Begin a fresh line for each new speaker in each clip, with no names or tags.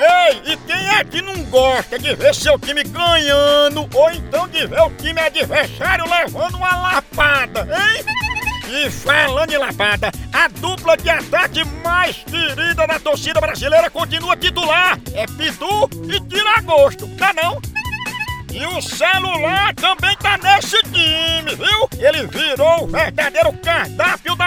Ei, e quem é que não gosta de ver seu time ganhando ou então de ver o time adversário levando uma lapada, hein? E falando em lapada, a dupla de ataque mais querida da torcida brasileira continua titular. É Pidu e Tiragosto, tá não? E o celular também tá nesse time, viu? Ele virou o verdadeiro cardápio da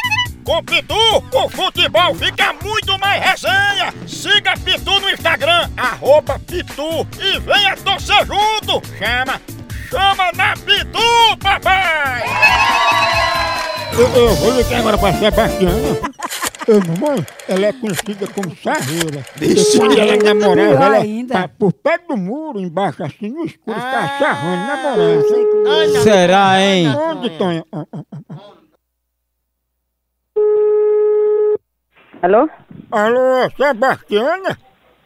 Com Pitu, o futebol fica muito mais resenha! Siga Pitu no Instagram, arroba Pitu e venha torcer junto! Chama! Chama na Pitu, papai! Eu vou ligar agora pra Sebastiana. Ô, mamãe, ela é conhecida como sarreira.
Vixe.
Quando ela namorava, ela
Ainda.
pa- por pé do muro, embaixo assim, no escuro, ficava sarrando, namorando.
Será, hein?
Onde, Tonha? Ah, ah,
Alô?
ah. Alô, Sebastiana?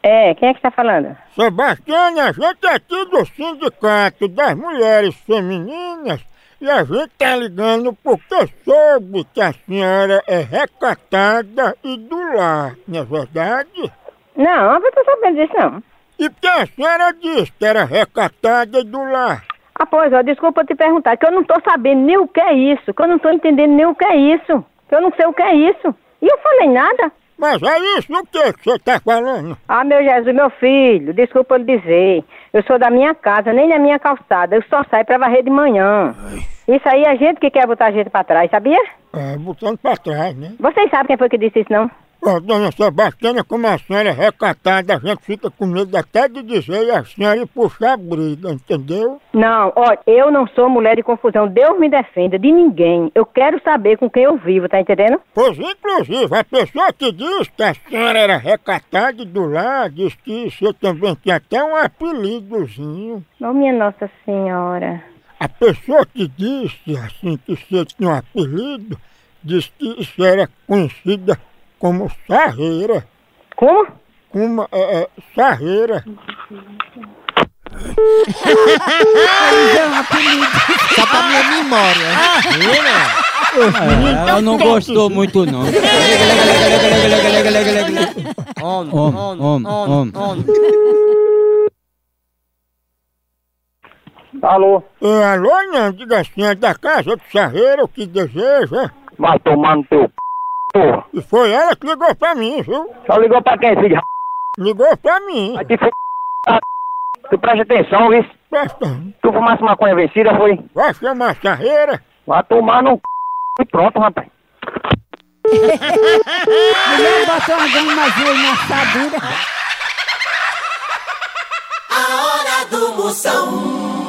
É, quem é que tá falando?
Sebastiana, a gente é aqui do Sindicato das Mulheres Femininas e a gente tá ligando porque soube que a senhora é recatada e do lar, não é verdade?
Não, eu não tô sabendo disso, não.
E porque a senhora disse que era recatada e do lar.
Ah, pois, ó, desculpa eu te perguntar, que eu não tô sabendo nem o que é isso, que eu não tô entendendo nem o que é isso, que eu não sei o que é isso. E eu falei nada.
Mas é isso o que que você tá falando?
Ah, meu Jesus, meu filho, desculpa eu lhe dizer, eu sou da minha casa, nem da minha calçada, eu só saio pra varrer de manhã. Isso aí é gente que quer botar a gente pra trás, sabia?
É, botando pra trás, né?
Vocês sabem quem foi que disse isso, não?
Ó, dona Sebastiana, como a senhora é recatada, a gente fica com medo até de dizer e a senhora ir puxar briga, entendeu?
Não, ó, eu não sou mulher de confusão, Deus me defenda, de ninguém. Eu quero saber com quem eu vivo, tá entendendo?
Pois, inclusive, a pessoa que diz que a senhora era recatada e do lar, diz que você também tem até um apelidozinho.
Ô, minha Nossa Senhora.
A pessoa que disse, assim, que você tinha um apelido, diz que isso era conhecida como sarreira.
Como?
Como, é, é, sarreira.
é um Só pra minha memória. É, ela não gostou muito, não. Homem, homem, homem.
Alô?
É, alô, não, diga assim, é da casa do sarreira, o que deseja.
Vai tomar no teu c... porra.
E foi ela que ligou pra mim, viu?
Só ligou pra quem, filho?
Ligou pra mim.
Vai te f... ah, Tu presta atenção, viu?
Presta,
Tu fumasse maconha vencida, foi?
vai chamar a sarreira.
Vai tomar no c... E pronto, rapaz.
Mulher botou uma gama azul na assadura.
A hora do Moção.